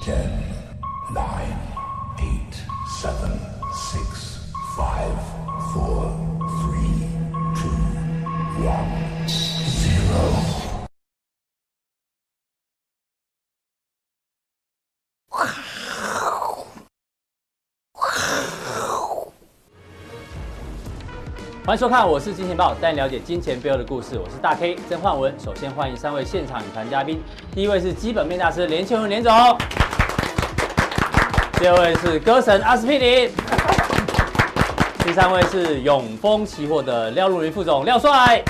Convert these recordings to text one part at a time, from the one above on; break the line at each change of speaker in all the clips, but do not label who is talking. Ten, nine, eight, seven, six, five, four, three, two, one, zero.
欢迎收看，我是金钱豹，带你了解金钱背后的故事。我是大 K 曾焕文。首先欢迎三位现场与谈嘉宾，第一位是基本面大师连千文连总，第二位是歌神阿司匹林，第三位是永丰期货的廖路林副总廖帅。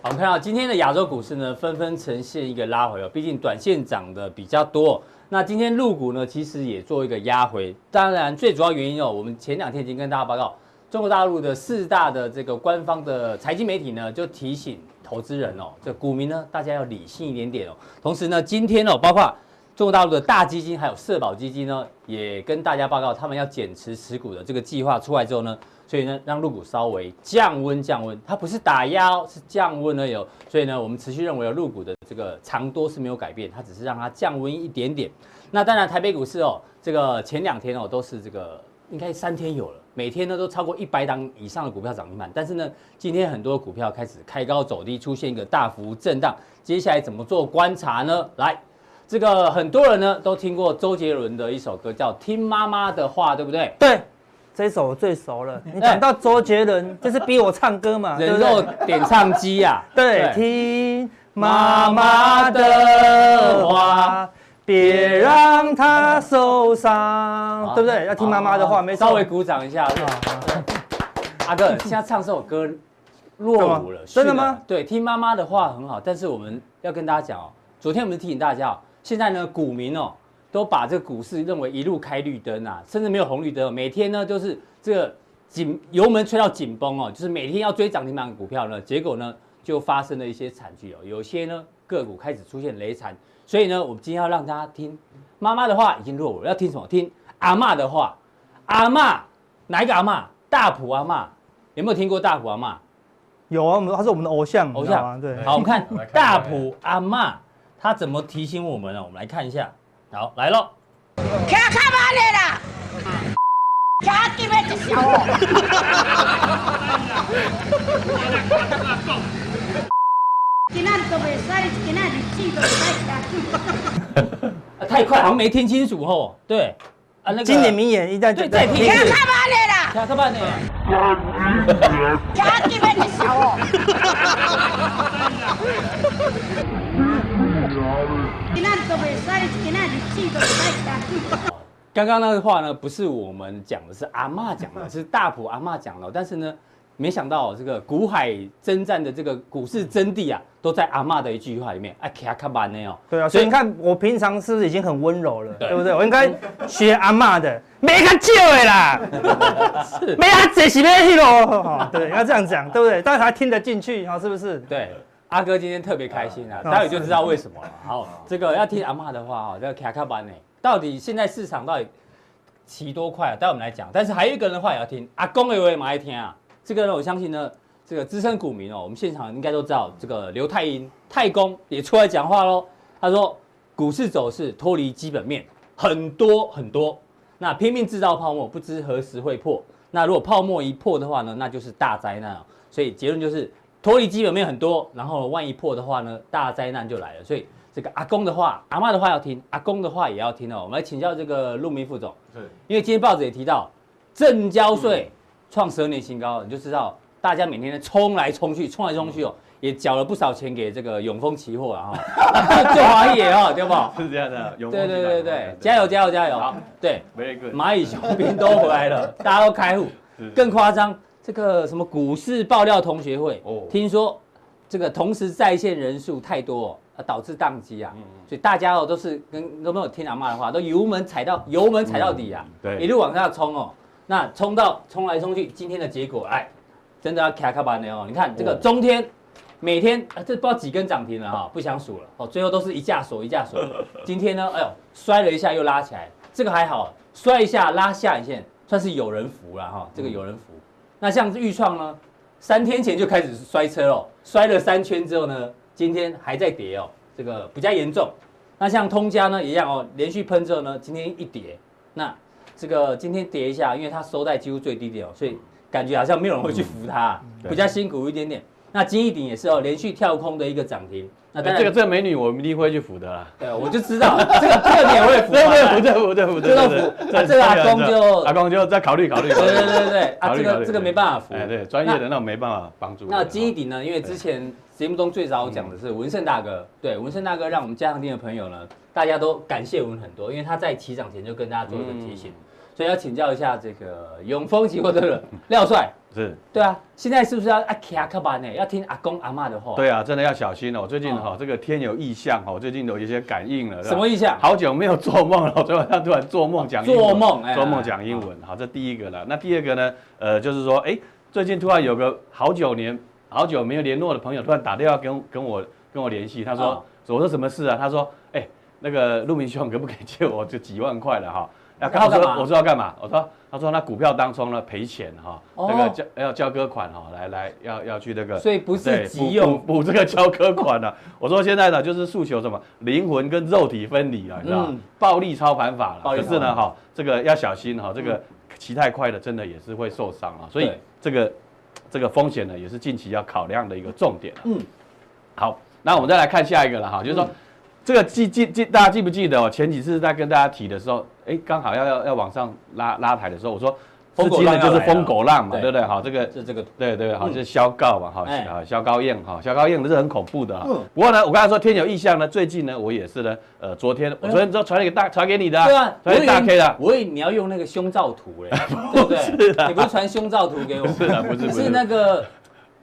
好我们看到今天的亚洲股市呢，纷纷呈现一个拉回哦，毕竟短线涨的比较多。那今天陆股呢，其实也做一个压回，当然最主要原因哦，我们前两天已经跟大家报告，中国大陆的四大的这个官方的财经媒体呢，就提醒投资人哦，这股民呢，大家要理性一点点哦。同时呢，今天哦，包括中国大陆的大基金还有社保基金呢，也跟大家报告他们要减持持股的这个计划出来之后呢，所以呢让入股稍微降温降温，它不是打压哦，是降温而已哦。所以呢，我们持续认为哦入股的这个长多是没有改变，它只是让它降温一点点。那当然，台北股市哦，这个前两天哦都是这个应该三天有了，每天呢都超过一百档以上的股票涨停板，但是呢，今天很多股票开始开高走低，出现一个大幅震荡，接下来怎么做观察呢？来。这个很多人呢都听过周杰伦的一首歌叫《听妈妈的话》，对不对？
对，这一首我最 熟了。你讲到周杰伦，就是逼我唱歌嘛，对
哎人
不
肉
对？
点唱机呀、啊，
对，
对
听妈妈的话，别让她受伤， 对不对？要听妈妈的话，没
啊
错。啊
稍微鼓掌一下。阿哥，现在唱这首歌落伍了，
真的
是
吗？
对，听妈妈的话很好，但是我们要跟大家讲哦，昨天我们提醒大家哦，现在呢，股民哦都把这个股市认为一路开绿灯啊，甚至没有红绿灯哦，每天呢都、是这个紧油门吹到紧绷哦，就是每天要追涨停板的股票呢，结果呢就发生了一些惨剧哦，有些呢个股开始出现雷惨，所以呢，我们今天要让大家听妈妈的话已经落伍了，要听什么？听阿嬷的话，阿嬷哪一个阿嬷？大埔阿嬷有没有听过大埔阿嬷？
有啊，我们他是我们的偶像，
偶
你知道吗
像。
对，
好，我们 看
来看
大埔阿嬷她怎么提醒我们呢？我们来看一下。好，来喽。
看看完来了，家里面就小哦。今天都没晒，今天你气都没晒。
啊太快，好像没听清楚哦。对，啊，那个
经典名言一旦
对，再听一
看
次。
看完来了，
看看呢？
家里面就小哦。今天都没晒，今天你气都没晒。
刚刚那个话呢，不是我们讲的，是阿嬷讲的，是大埔阿嬷讲的哦。但是呢，没想到哦这个股海征战的这个股市真谛啊，都在阿嬷的一句话里面。啊，卡卡班呢 哦。
对啊，所以你看，我平常是不是已经很温柔了，
对
对不对？我应该学阿嬷的，没他救 的啦，没他这是没咯，哦对，要这样讲，对不对？但是他听得进去，啊，是不是？
对，阿哥今天特别开心啊，
啊
待会就知道为什么了。好，这个要听阿嬷的话啊，这个卡卡班呢，到底现在市场到底骑多快、啊？待会我们来讲。但是还有一个人的话也要听，阿公的话也蛮爱听啊。这个呢，我相信呢，这个资深股民哦，我们现场应该都知道，这个刘太英太公也出来讲话喽。他说，股市走势脱离基本面很多很多，那拼命制造泡沫，不知何时会破。那如果泡沫一破的话呢，那就是大灾难、哦。所以结论就是脱离基本面很多，然后万一破的话呢，大灾难就来了。所以这个阿公的话、阿妈的话要听，阿公的话也要听哦。我们来请教这个陆明副总，
是
因为今天报纸也提到，正交税创十二年新高，你就知道大家每天在冲来冲去，冲来冲去哦，也缴了不少钱给这个永丰期货了哈， 就华也哦，对不？
是这 样的，有
对对对对，加油加油加油！对，
，very good，
蚂蚁雄兵都回来了，大家都开户。
是
更夸张，这个什么股市爆料同学会，
哦
听说这个同时在线人数太多、哦，啊导致宕机啊，
嗯嗯
所以大家哦都是跟都没有听阿妈的话，都油门踩到油门踩到底啊，
嗯对
一路往下冲哦，那冲到冲来冲去，今天的结果，哎，真的要卡卡板的哦，你看这个
哦
中天。每天啊，这不知道几根涨停了哈、不想数了哦，最后都是一架锁一架 锁。今天呢，哎呦，摔了一下又拉起来，这个还好，摔一下拉下影线，算是有人扶了哈、这
嗯
个有人扶。那像是豫创呢，三天前就开始摔车了，摔了三圈之后呢，今天还在跌哦，这个比较严重。那像通家呢一样哦，连续喷之后呢，今天一跌，那这个今天跌一下，因为它收在几乎最低点哦，所以感觉好像没有人会去扶它，
嗯
啊
对
比较辛苦一点点。那金一鼎也是哦，连续跳空的一个涨停。那当
哎
然，
这个这个美女我们一定会去扶 的啦。
对，我就知道这个这个你也会扶
对
嘛，
对对对对对
这个
对
扶
对对
啊这个阿公
这个
就
阿公就再考虑考虑。
对对对对啊，
考虑
这
考虑
个这个没办法扶。
哎，对，专业的那种没办法帮助。
那金一鼎
哦
呢？因为之前节目中最早讲的
嗯
是文胜大哥，对文胜大哥让我们家常店的朋友呢，大家都感谢文很多，因为他在起涨前就跟大家做一个提
嗯
醒，所以要请教一下这个永丰期货 的廖帅，
哦是，
对啊，现在是不是要阿卡卡巴呢？要听阿公阿妈的话？，
对啊，真的要小心哦。最近哈
哦，
这个天有异象哦，最近有一些感应了。是吧
什么意思啊？
好久没有做梦了，昨天晚上突然做梦讲英文
做梦哎
做梦讲英文。好，这第一个了。那第二个呢？呃，就是说，哎，最近突然有个好久年、好久没有联络的朋友，突然打电话跟跟我跟我联系，他说
哦，
我说什么事啊？他说，哎，那个陆明兄可不可以借我这几万块了哈？那
要干嘛
我说要干嘛？我说，他说那股票当中呢赔钱哈，
哦
那个交要交割款哈，来来要要去那个，
所以不是
对
急用
补补补 这个交割款了、我说现在呢，就是诉求什么灵魂跟肉体分离啊了，你知道吗？
嗯
暴力操盘法了。
暴力
可
操
是
盘嗯
呢，哈、这个要小心哈、这个骑太快的真的也是会受伤啊，所以
对
这个这个风险呢，也是近期要考量的一个重点啊
嗯，
好，那我们再来看下一个了哈，就是说。这个记记记，大家记不记得哦？前几次在跟大家提的时候，哎，刚好要要要往上拉拉抬的时候，我说，
疯狗
资金
浪
呢就
要
是
来了
疯狗浪嘛，
对
对不对？好，这个
这这个
对对，好，
嗯
就是萧告嘛，哈，
哎
啊，萧高燕哈，萧高燕是很恐怖的哈啊
嗯。
不过呢，我刚才说天有异象呢，最近呢，我也是呢，呃，昨天我
哎呦
昨天就传了一个大传给你的，
对啊，我
传
以
给大
为
K 的，
我以为你要用那个胸罩图 嘞，对不对？你不是传胸罩图给我？
是啊，不是不
是
是
那 个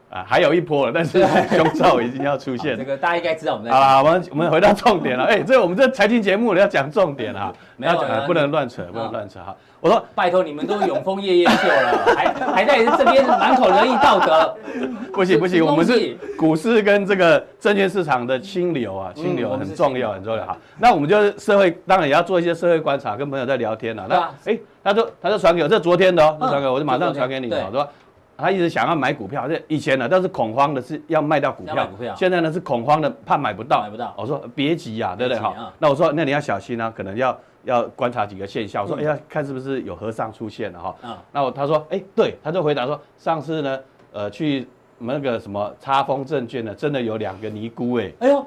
啊，还有一波了，但是胸罩已经要出
啊
现
这。个大家应该知道我们在
好
讲。
啦，我们我们回到重点了，哎，这我们这财经节目要讲重点啊，
没有
要讲
啊
啊不能乱扯，不能乱扯哈。我说
拜托你们都永丰夜夜秀了，还还在这边满口仁义道德，
不行不
什
行，
么
我们
东
是
西
股市跟这个证券市场的清流啊，
嗯
清流
我们是
很重
清流
要很重要。好，那我们就是社会，当然也要做一些社会观察，跟朋友在聊天了。
对
那
啊
哎，他就他就传给我，这昨天的哦，
嗯
这传给我，我就马
这
上
昨天
传给你的哦。
对
说他一直想要买股票，这以前呢，但是恐慌的是要卖掉股
要
票
买股票，
现在呢是恐慌的怕买不到，
买不到
我说别急呀，对不
别
对？
急啊
好，那我说那你要小心啊，可能要要观察几个现象。我
嗯
说哎呀，看是不是有和尚出现了哈。
啊，
那我他说，哎、对，他就回答说，上次呢，呃，去那个什么叉风证券呢，真的有两个尼姑、哎，
哎呦，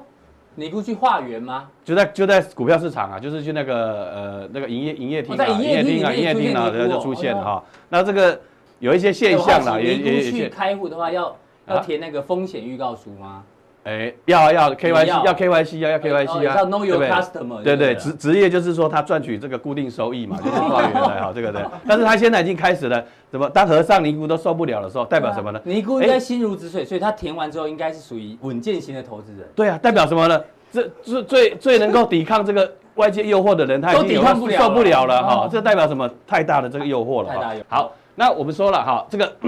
你不去化缘吗？
就在就在股票市场啊，就是去那个呃那个营业营业厅
哦在
啊，
营业厅
啊，
里
营业
面
厅啊，
出现尼姑
然后就
哦
出现了
哎呦
哈、那这个有一些现象
哎我
啦，
好奇
也
尼
也
姑
有
去
一些，
开户的话，要要
啊
填那个风险预告书吗？
哎、要啊要 KYC
要哦
要 KYC 啊，要 KYC 啊，
要 know
对
your
不对
customer，
对对，
不
职职业就是说他赚取这个固定收益嘛，就是化缘来哈，这个对。但是他现在已经开始了，怎么当和尚尼姑都受不了的时候，代表什么呢？
尼姑
哎
应该心如止水，所以他填完之后应该是属于稳健型的投资人，
对啊，代表什么呢？这最最最能够抵抗这个外界诱惑的人，他已
都抵
经有
抗不了了
受不了了哈、
哦
这代表什么？太大的这个诱惑了哈。
太大诱惑
好，那我们说了哈，这个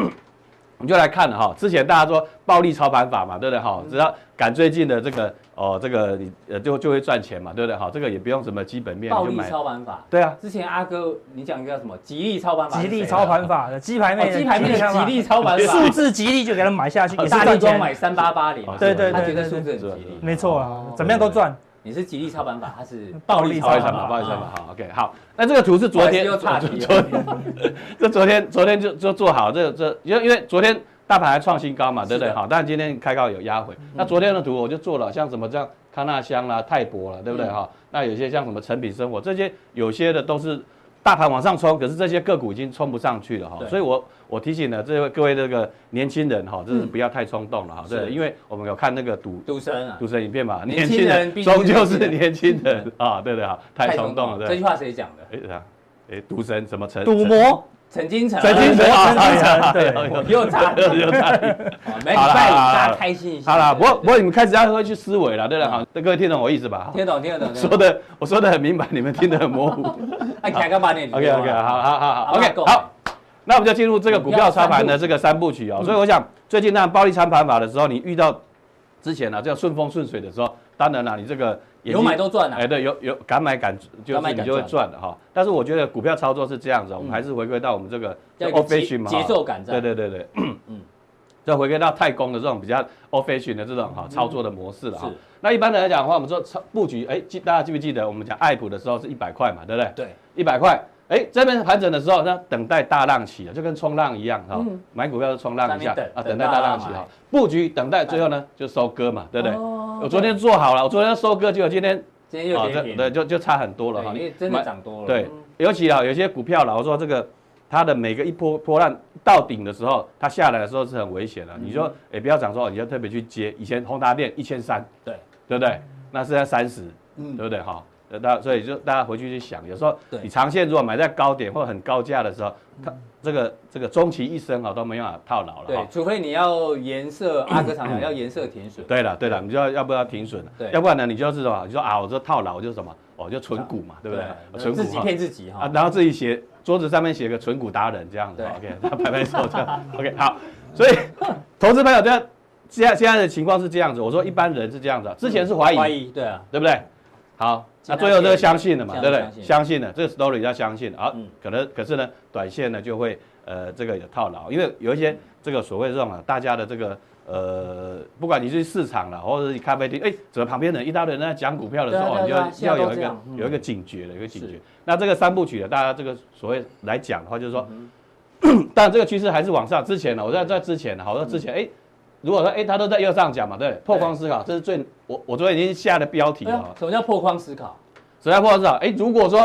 我们就来看了哈。之前大家说暴力操盘法嘛，对不对
嗯
哈？只要赶最近的这个哦，这个你呃就就会赚钱嘛，对不对哈？这个也不用什么基本面，
暴
你就
力
买。
操盘法。
对啊，
之前阿哥你讲一个叫什么吉利操盘法是谁
吉
啊？
利操盘法的鸡
哦，
排妹，
鸡排面的吉利操盘法，哦
数字吉利就给它买下去，一
大
大
力
利
光
钱，
买三八八零，
对对对
他觉得
对
数字很
是吧
吉利。
没错啊
哦，
怎么样都赚。
你是吉利操盘法，他是
暴力
不好意思
操
嘛，
盘
不好意思
啊
嘛，好，OK，好。那这个图是昨天，
不好意思 又
昨天， 这昨天昨天就就做好，这这因为因为昨天大盘还创新高嘛，对不对？
是的嗯
好，但今天开高有压回。那昨天的图我就做了，像什么这样康纳香啦、泰博啦，对
嗯
不对？哈，那有些像什么成品生活这些，有些的都是。大盘往上冲，可是这些个股已经冲不上去了哈，
对
所以我我提醒了这位各位这个年轻人哈，就是不要太冲动了哈，对，
嗯是
因为我们有看那个赌
独生啊，
主持人影片嘛，
年
年
轻
轻
人
人
毕竟
终究
是
是
年轻人嗯
年轻人啊，对对啊，太冲动了，
这
对
句。话谁讲的？
哎啥？哎，赌神什么成？
赌魔，
陈金城。
陈金城啊，
陈金城对
我又差
又又差题。
好哦每礼
好啦
拜五
好啦
大家开心一下。
好啦，不
对
过不过你们开始要会去思维了，对了，好，各位听懂我意思吧？
听得懂听得懂。
说的我说的很明白，你们听得很模糊。
哎，开个八年。
OK OK，好好好好
阿嬷
，OK
讲的
好。那我们就进入这个股票操盘的这个三部曲哦。所以我想，最近那暴力操盘法的时候，你遇到之前啊，这样顺风顺水的时候，当然啦，你这个眼睛
有买都赚啊
哎，对，有有敢买敢就
敢买
是
敢
你就会
赚
赚的哈。但是我觉得股票操作是这样子哦，我们还是回归到我们这个
要有
old
节
fashion 嘛，
节奏感在
对对对对，嗯， 就回归到太空的这种比较 old fashion 的这种哈操作的模式了哈
嗯是。
那一般来讲的话，我们说操布局，哎，记大家记不记得我们讲爱普的时候是一百块嘛，对不对？
对，
一百块，哎，这边盘整的时候，那等待大浪起啊了，就跟冲浪一样哈、买股票是冲浪一下
嗯在那边等
啊，
等
等
大浪
待大浪起
来
哈，布局等待，最后呢就收割嘛，对不对？我昨天做好了，我昨天收割，结果今天啊
今天又
这
跌停，
哦对，就就差很多了
对
哈，
因
你
为真的涨多了，
对，尤其啊，有些股票啦，我说这个它的每个一波波浪到顶的时候，它下来的时候是很危
嗯
险的。你就也不要讲说，你就特别去接。以前宏达电一千三，
对
对不对？那现在三十，
嗯
对不对？哈，呃那所以就大家回去去想，有时候
对嗯
你长线如果买在高点或很高价的时候，它这个这个终其一生啊都没办法套牢了
对
哈，。
除非你要颜色，阿哥常 讲要颜色停损，
对了，对了，你就要要不要停损了
对
要不然呢，你就是什么？你说啊，我就套牢，我就什么？我就存股嘛，对不对？存股
啊自己
哈
骗自己
啊
哈，，
然后自己写桌子上面写个存股达人这样子
对
，OK，他拍拍手这样，OK，好，所以投资朋友这样，现在现在的情况是这样子，我说一般人是这样子啊，之前是怀疑，
怀疑，对啊，
对不对？好，那
尽量
最后就相信了嘛，
相
对不对
相？信
相信了，这个 story 要相信啊
嗯。
可能可是呢，短线呢就会呃这个有套牢，因为有一些这个所谓这种啊，大家的这个呃，不管你去市场了，或者是你咖啡厅，哎，怎么旁边人一大堆人在讲股票的时候，
对啊
你
对
就
啊对啊
要
现在都
有一
这
个
样嗯
有一个警觉的，有一个警觉
是。
那这个三部曲的，大家这个所谓来讲的话，就是说，
嗯
但这个趋势还是往上。之前呢，啊我在在之前呢，
嗯
好像之前哎。如果说哎，它都在右上角嘛，对不对，破框思考，这是最我我昨天已经下的标题
对
了
啊
啊，，
什么叫破框思考？
实在破知道，哎，如果说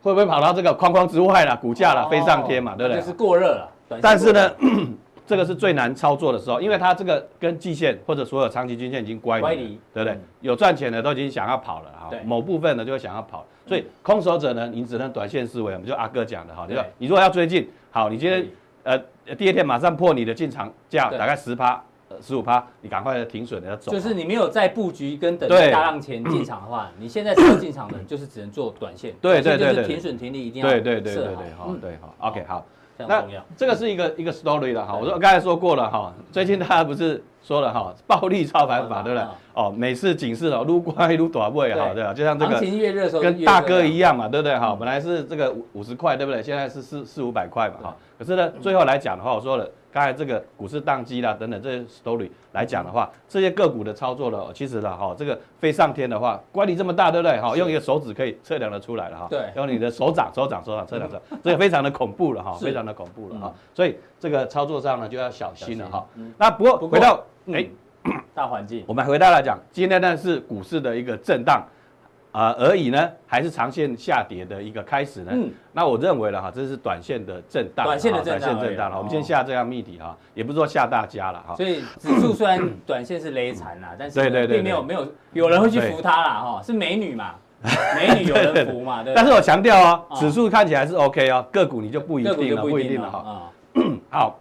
会不会跑到这个框框之外了，股价了飞上天嘛，对不
哦就是
对？
过热了，短线
但是呢
过热，
这个是最难操作的时候，因为它这个跟季线或者所有长期均线已经乖离了，
乖离
对不对
嗯？
有赚钱的都已经想要跑了哈
对，嗯
某部分呢就会想要跑，所以空手者呢，你只能短线思维，我们就阿哥讲的哈，你
对
说你如果要追进，好，你今
可
天
以
呃第二天马上破你的进场价，
对
大概十趴、呃十五趴，你赶快停损，你要走。
嗯就是你没有在布局跟等
对
大浪前进场的 话，你现在想要进场的，就是只能做短线，
对对
短线
对
就是
对
停损停利一定要
对对对对
设
对
好
哈
嗯，
对哈，OK 好。
非常
那
重要，
这个是一个一个 story 了哈，
对
我说刚才说过了哈，最近大家不是说了哈，暴力操盘法对不对
啊？
哦，每次警示哦，撸乖撸短位哈，
对
对吧？啊就像这
行
个
情越热的时嗯候，
跟大哥一
样，
样嘛，对不对哈？本来是这个五五十块对不对？现在是四四五百块嘛哈。可是
嗯
呢，最后来讲的话，我说了，刚才这个股市宕机啦等等这些 story 来讲的话，这些个股的操作呢，其实呢哈，这个飞上天的话，乖离这么大对不对哈？
是
用一个手指可以测量的出来了哈。
对嗯
用你的手掌、手掌、手掌测量测，这个非常的恐怖了哈，
是
非常的恐怖了哈
嗯。
所以这个操作上呢就要小心了哈
小心嗯。
那不过
不过
回到哎
哎，，大环境
我们回到来讲，今天呢是股市的一个震荡，啊、而已呢，还是长线下跌的一个开始呢。
嗯
那我认为了哈，这是短线的震荡，
短线的
哈
震荡
短线震荡
而已
了。我们
哦
先下这样密底哈，也不是说吓大家了哈。
所以指 数虽然短线是勒残啦，但是
对对对
并没有没有有人会去扶它啦哈，是美女 嘛，美女有人扶嘛，对不对。
但是我强调哦，
呃啊
指数看起来是 OK 哦，个股你就不一
个股
定
就
了，
不
不
一
一
定
定
了
了
啊，
哈。好，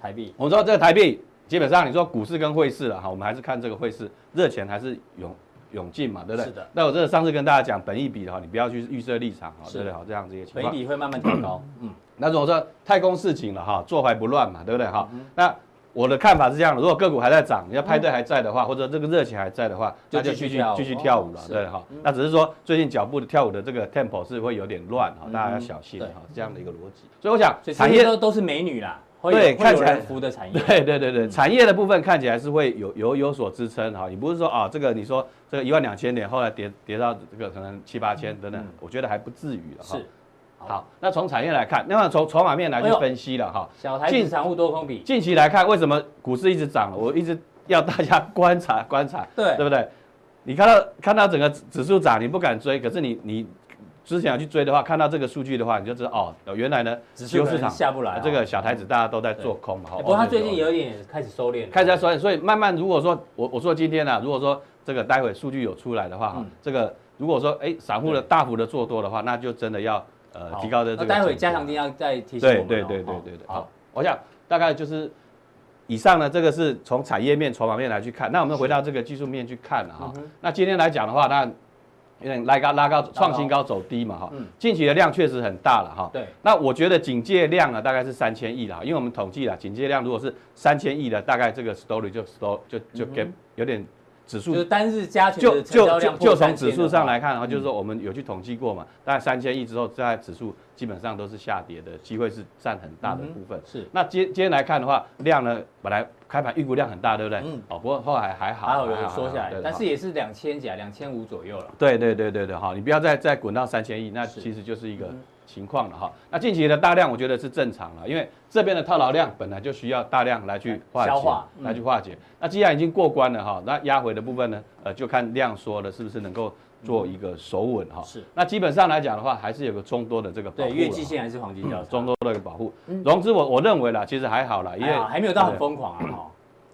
台币
我们说这个台币，基本上你说股市跟汇市了哈，我们还是看这个汇市，热钱还是涌涌进嘛，对不对？
是的
那我这个上次跟大家讲，本益比的哈，你不要去预设立场哈，
是
对不对？好，这样子一个情
本益
况。
比会慢慢调 高，嗯，
那如果说太空市井了哈，坐怀不乱嘛，对不对哈？
嗯
那我的看法是这样的：如果个股还在涨，你要派对还在的话，或者这个热情还在的话，
嗯就
那就
继续
继续
跳舞
继续跳舞了
哦，
对哈。那只是说最近脚步的跳舞的这个 tempo 是会有点乱哈，大家要小心
嗯对
哈，这样的一个逻辑。所以我想
所以
产
产
业
业都都是美女啦，会有
对
会
看
有
起来
人扶的产业，
对对对
嗯
对，产业的部分看起来是会有有有所支撑哈，也不是说啊这个你说这个一万两千点后来跌跌到这个可能七八千等等
嗯，
我觉得还不至于了哈。
是
好，那从产业来看，那么从筹码面来去
哎呦
分析了哈。
小台子产物多空比，
近期来看，为什么股市一直涨了？我一直要大家 观察观察，
对
对不对？你看到看到整个指数涨，你不敢追，可是你你之前要去追的话，看到这个数据的话，你就知道哦，原来呢，
指数可能下不来哦
啊这个小台子大家都在做空嘛。哦
哎不过它最近
哦
有一点开始收敛了，
开始在所以所以慢慢，如果说我我说今天啊，如果说这个待会数据有出来的话，
嗯
这个如果说哎散户的大幅的做多的话，那就真的要呃
好
提高的这
那
个。
待会加强定要再提醒我
对
们
对
哦
对对
哦
对对，
好
好，，我想大概就是以上呢，这个是从产业面、筹码面来去看，那我们回到这个技术面去看了哈。那今天来讲的话，那有点拉高拉高创新高走低嘛哈
嗯，
近期的量确实很大了哈。
对，
那我觉得警戒量啊呢大概是三千亿啦，因为我们统计啦，警戒量如果是三千亿的，大概这个 story 就 story 就就 gap 有点指数
就是单日加权
就
的成交
就
量
就
破
就从
3000
指数上
的话
来看的话，就是说
嗯
我们有去统计过嘛，大概三千亿之后，在指数基本
嗯
上都是下跌的，机会是占很大的部分。
是
那今今天来看的话，量呢本来开盘预估量很大，对不对？
嗯
嗯，哦，不过后来还好，
还好有
还好
缩下
还
来，
好对
但
好
是也是两千几啊，两千五左右了。
对对对对对，哈，你不要再再滚到三千亿，那其实就是一个
嗯
情况了哈。那近期的大量，我觉得是正常了，因为这边的套牢量本来就需要大量来去化解，
消化嗯
来去化解。那既然已经过关了哈，那压回的部分呢，呃，就看量缩了是不是能够做一个首稳哈。
嗯是
那基本上来讲的话，还是有个中多的这个保
对，
护了
月季
哈
线还是黄金交叉，
啊嗯中多的一个保护。融资我我认为啦，其实还好啦，因为
还好还没有到很疯狂
嗯
啊，哈。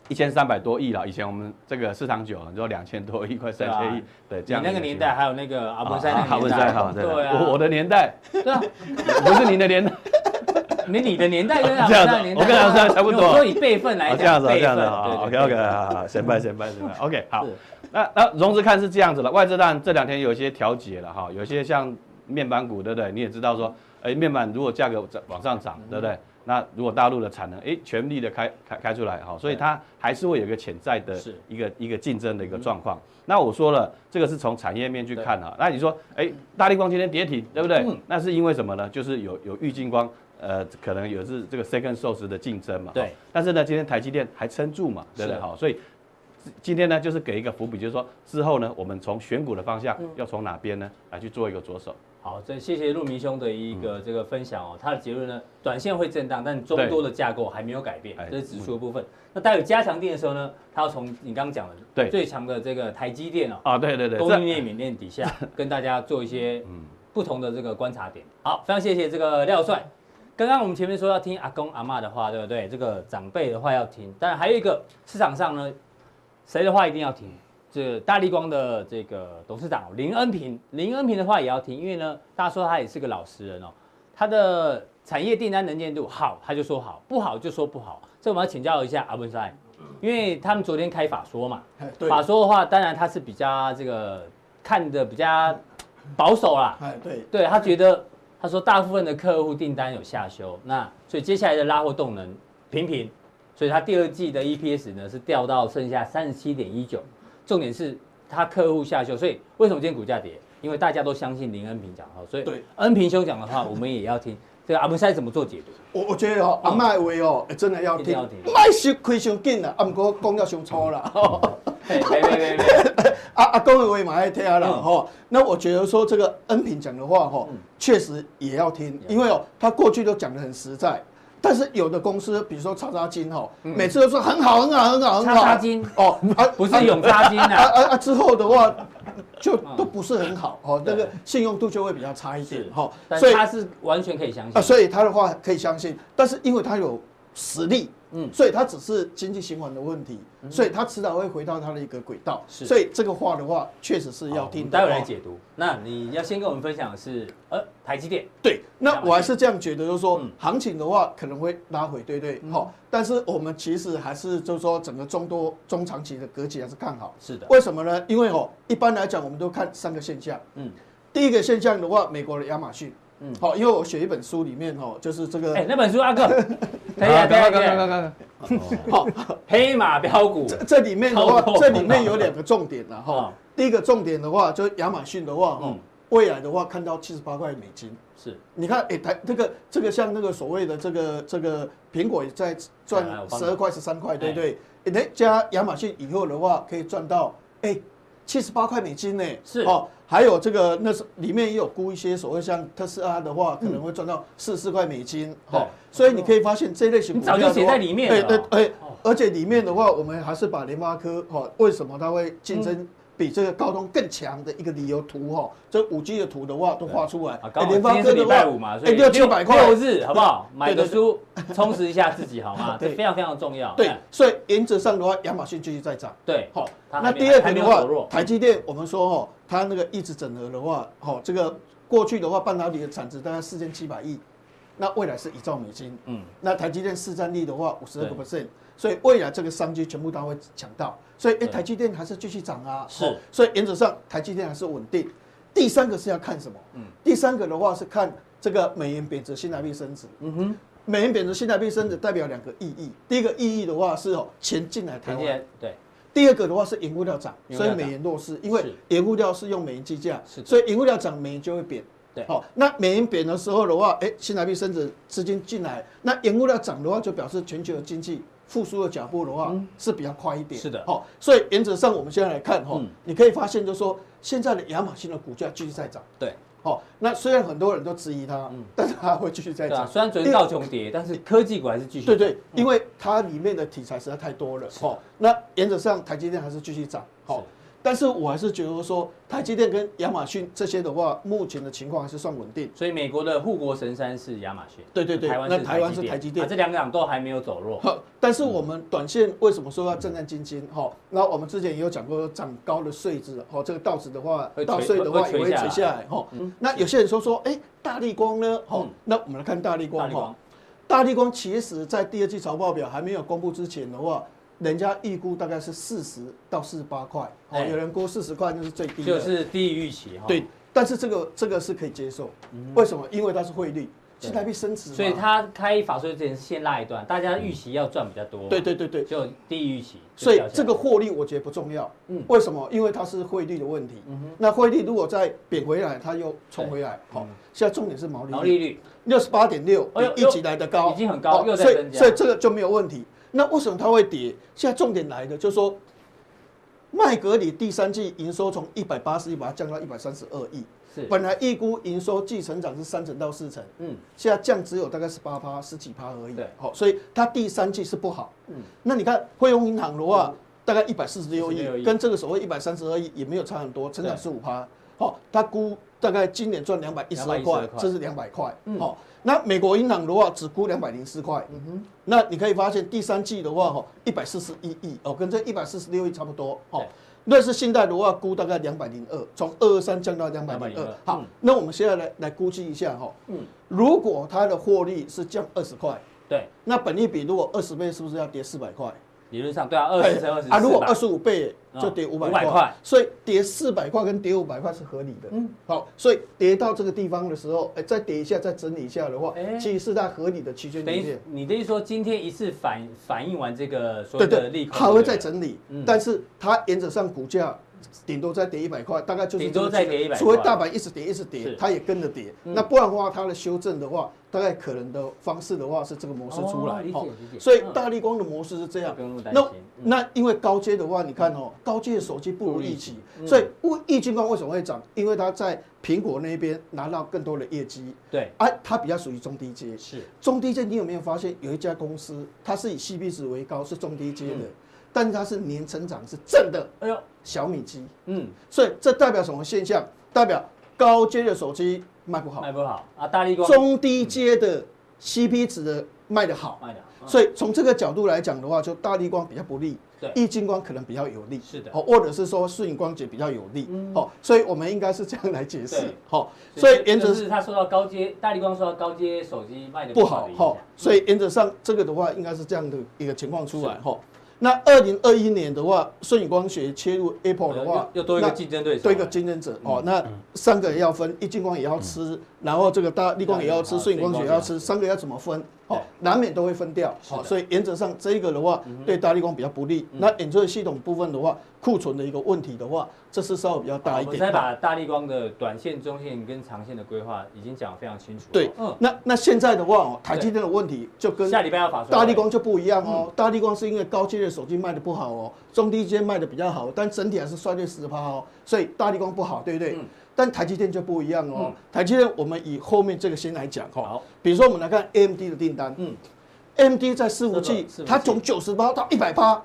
一千三百多亿啦，以前我们这个市场久了，你说两千多亿，快三千亿，
啊
对，
你
这样
那
的一
个年
情况
代还有那个阿
啊
文山那
好
个
文
年
赛
代，
哈，对
对啊，
我我的年代
对啊，
不是您的年代，
你你的年代跟阿文
这样子
山的年代啊
我跟阿文山差不多
因为我说以辈分来
好
讲，
这样子啊，
辈分
这样子
对对
啊，OK
对
OK，好，好先拜先拜先拜，OK，好
是，
那那融资看是这样子了，外资当然这两天有一些调节了哈，有些像面板股，对不对？你也知道说，哎，面板如果价格往上涨，对不
嗯
对？那如果大陆的产能，哎，全力的开开开出来，哈，所以它还是会有一个潜在的
是嗯
一个一个竞争的一个状况。那我说了，这个是从产业面去看啊。那你说，哎，大力光今天跌停，对不
嗯
对？那是因为什么呢？就是有有玉金光，呃，可能有是这个 second source 的竞争嘛。
对。
但是呢，今天台积电还撑住嘛，对不对？
是
好，所以今天呢，就是给一个伏笔，就是说之后呢，我们从选股的方向
嗯
要从哪边呢来去做一个着手。
好，这谢谢陆明兄的一
嗯
个这个分享哦，他的结论呢，短线会震荡，但中多的架构还没有改变
哎，
这是指数的部分。那待会加强电的时候呢，他要从你刚刚讲的
对
最强的这个台积电哦，
啊，对对对，
供应
这嗯
链缅甸底 下，跟大家做一些不同的这个观察点。好，非常谢谢这个廖帅。刚刚我们前面说要听阿公阿嬷的话，对不对？这个长辈的话要听，当然还有一个市场上呢，谁的话一定要听。这大力光的这个董事长哦林恩平，林恩平的话也要听，因为呢，大家说他也是个老实人哦，他的产业订单能见度好，他就说好；不好就说不好。这我们要请教一下阿文山，因为他们昨天开法说嘛，
哎，对，
法说的话，当然他是比较这个看的比较保守啦，
哎，对，
对他觉得他说大部分的客户订单有下修，那所以接下来的拉货动能平平，所以他第二季的 EPS 呢是掉到剩下三十七点一九，重点是他客户下修，所以为什么今天股价跌？因为大家都相信林恩平讲的话，所以
对
恩平兄讲的话，我们也要听。这个阿文塞怎么做解读？
我我觉得哦，阿麦话哦，真的要
一定
听
要听，嗯
麦是开伤紧啦，啊，毋过讲了伤粗啦。吼
嘿没没没没，
啊啊，公的我也蛮爱听啦
嗯
哈、那我觉得说这个恩平讲的话哈，确、实也要听，
嗯
因为哦，他过去都讲的很实在。但是有的公司，比如说叉叉金哈，每次都说很好很好很好很好。
嗯叉叉金
哦，啊
不是永
啊
扎金
啊
啊，嗯
啊啊！之后的话就都不是很好哦，那个
对
信用度就会比较差一点
是
哈。
但
所以
他是完全可以相
啊，
信。
所以他的话可以相信，但是因为他有实力，
嗯
嗯，所以他只是经济循环的问题，所以他迟早会回到他的一个轨道。
是
所以这个话的话，确实是要
好我
听
们
的哦
待
话。
会来解读。那你要先跟我们分享的是，呃，台积电
对，
这
那
样来
我还是这样觉得，就是说
嗯
行情的话可能会拉回，对不对？好，但是我们其实还是就是说整个中多中长期的格局还是看好。
是的，
为什么呢？因为哦，一般来讲我们都看三个现象。
嗯，
第一个现象的话，美国的亚马逊。
嗯
嗯，好，因为我写一本书里面哦，就是这个
哎，那本书 阿哥，等一下，
啊
等一下等
刚刚刚刚
一下，
刚刚
黑马标股，
这这里面的话
透，露
这里面有两个重点了
啊
哈。第一个重点的话，就是亚马逊的话，哈
嗯，
未来的话看到七十八块美金。
是
你看，哎，台这个这个像那个所谓的这个这个苹果也在赚
哎我帮你
十二块十三块，对不对？哎那加亚马逊以后的话，可以赚到哎七十八块美金呢。
是
哦，还有这个那是里面也有估一些所谓像特斯拉的话，可能会赚到四十四块美金。
对
哦，所以你可以发现这类型
你
股票
早就
的话，
写在里面了
哎对
哦
哎，而且里面的话，我们还是把联发科哈、哦，为什么它会竞争
嗯
比这个高通更强的一个理由图哈、哦，这五 G 的图的话都画出来
啊，。刚好
哎联
今
发
天
科
是
的
礼
话
拜五嘛，所以
哎六七百块
六日好不好？买个
对对对
书充实一下自己好吗？这
对
非常非常重要。
对
哎，
所以原则上的话，亚马逊继续在涨。
对，
好、
它
那
还没
第二
还没
个的
有走弱
话，台积电我们说哦，它那个一直整合的话，哦，这个过去的话半导体的产值大概四千七百亿，那未来是一兆美金。
嗯，
那台积电市占率的话五十二个 percent，所以未来这个商机全部它会抢到，所以哎、
对
台积电还是继续涨啊，
是
哦所以原则上台积电还是稳定。第三个是要看什么？嗯，第三个的话是看这个美元贬值、新台币升值。嗯哼，美元贬值、新台币升值代表两个意义，第一个意义的话是哦钱进来台
台积
湾
电，对，
第二个的话是原物料涨，
原物
所
料
以
涨
美元弱势，因为
是
原物料是用美元计价
是的，
所以原物料涨，美元就会贬。
对
好、那美元贬的时候的话，哎，新台币升值，资金进来，那原物料涨的话，就表示全球的经济复苏的脚步的话是比较快一点。
嗯是的
好、所以原则上我们现在来看哈、
嗯
你可以发现就是说现在的亚马逊的股价继续在涨。
对
好、那虽然很多人都质疑它，但是它会继续
嗯
在
对啊，
涨。
虽然昨天道琼跌，但是科技股还是继续
对对，因为它里面的题材实在太多了。哦，那原则上台积电还是继续涨。好
是，
但是我还是觉得说台积电跟亚马逊这些的话，目前的情况还是算稳定。
所以美国的护国神山是亚马逊，
对对对那台湾是台积电
啊这两个党都还没有走弱，
好，但是我们短线为什么说要战战兢兢？哈，那我们之前也有讲过，涨高的税制，哈，这个道指的话
会，
稻
垂
税的话
会
也
垂
会
下
垂下来，哈。那有些人说说，哎，大力光呢？哈
嗯，
那我们来看大力
大
光，
力
哈
光，
大力光其实在第二季财报表还没有公布之前的话，人家预估大概是四十到四十八块，哦，
哎
有人估四十块那是最低的，
就是低于预期哈。
对，。但是这个这个是可以接受，为什么？因为它是汇率，新台币升值嘛，
嗯所以他开法说之前先拉一段，大家预期要赚比较多，
对对对对，
就低于预期，
所
就
以
掉下来
这个获利我觉得不重要，
嗯
为什么？因为它是汇率的问题。那汇率如果再贬回来，它又冲回来，好、现在重点是毛利
嗯毛利
率，
率
六十八点六
哎呦，
比一直来的高，
又已经很高
哦
又在
所以
增加
所以这个就没有问题。那为什么它会跌？现在重点来的就是说，麦格里第三季营收从一百八十亿把它降到一百三十二亿，
是
本来预估营收季成长是三成到四成，
嗯，
现在降只有大概十八趴、十几趴而已。
对
好，所以它第三季是不好。嗯，那你看汇丰银行的话，大概一百四十
146
六亿，
亿
跟这个所谓一百三十二亿也没有差很多，成长十
对
五趴。好，它估大概今年赚两百一十二
212
块
块，
这是两百块。好，那美国银行的话只估两百零四块。嗯哼，那你可以发现第三季的话，哈，一百四十一亿哦，跟这一百四十六亿差不多。哦
对，
瑞士信贷的话估大概两百零二，从二二三降到两百零
202
二。好
嗯，
那我们现在来来估计一下哈，
嗯
如果它的获利是降二十块，
对，
那本利比如果二十倍，是不是要跌四百块？
理论上对啊，二十乘二十
啊，如果二十五倍就跌五百
500块
块，所以跌四百块跟跌五百块是合理的。嗯，好，所以跌到这个地方的时候，哎，再跌一下，再整理一下的话
哎，
其实是在合理的区间
等
里
于
面。
你的意思说今天一次反反映完这个所
对
有的利
对，
空，
还会
对
再
不对
整理
嗯，
但是它原则上股价顶多再跌一百块，大概就是
顶多
这个
再跌
区间
100
除非
块
大盘一直跌一直跌
是，嗯
它也跟着跌。那不然的话，它的修正的话，大概可能的方式的话是这个模式出
哦
来
理。解
哦
理解
所以
嗯
大力光的模式是这样
不用那么。担
那
心嗯
那因为高阶的话，你看哦，高阶的手机不如预期，
嗯
所以易晶光为什么会涨？因为它在苹果那边拿到更多的业绩，
对
啊，它比较属于中低阶。
是
中低阶，你有没有发现有一家公司，它是以 CP 值为高，是中低阶
嗯
的，但是它是年成长是正的
哎呦
小米机，
嗯
所以这代表什么现象？代表高阶的手机卖不好
卖，不好啊，大力光
中低阶的 CP 值的卖得好，
卖的嗯好，
所以从这个角度来讲的话，就大力光比较不利
对，
易晶光可能比较有利，
是的嗯
哦，或者是说顺影光节比较有利，哦，所以我们应该是这样来解释
对，
好，所以
这
原则
就
上
是他说到高阶，大力光说到高阶手机卖的
不好
的影
哈、
响
所以原则上这个的话，应该是这样的一个情况出来哈、那二零二一年的话，顺宇光学切入 Apple 的话，
哦又又多一个
那
竞争对嗯手，
多一个竞争者哦。那三个要分，一金光也要吃，然后这个大力光也要
嗯大
吃，
力光
顺宇光学也要
顺
吃，三个要怎么分？
啊对
哦，难免都会分掉。哦
的嗯
好，所以原则上这一个的话，对大力光比较不利。那演算系统部分的话，库存的一个问题的话，这是稍微比较
好
大一
我们
点。
再把大力光的短线、中线跟长线的规划已经讲得非常清楚了。
对，那那现在的话哦，台积电的问题就跟
嗯，下礼拜要法说
大力光就不一样
嗯
哦，大力光是因为高阶的手机卖的不好哦，中低阶卖的比较好，但整体还是衰退十趴哦，所以大力光不好，对不对？但台积电就不一样哦，
嗯
台积电我们以后面这个先来讲哈、哦
好，
比如说我们来看 AMD 的订单，
嗯
嗯，AMD 在伺服
伺
器
服器
它从九十八到一百趴，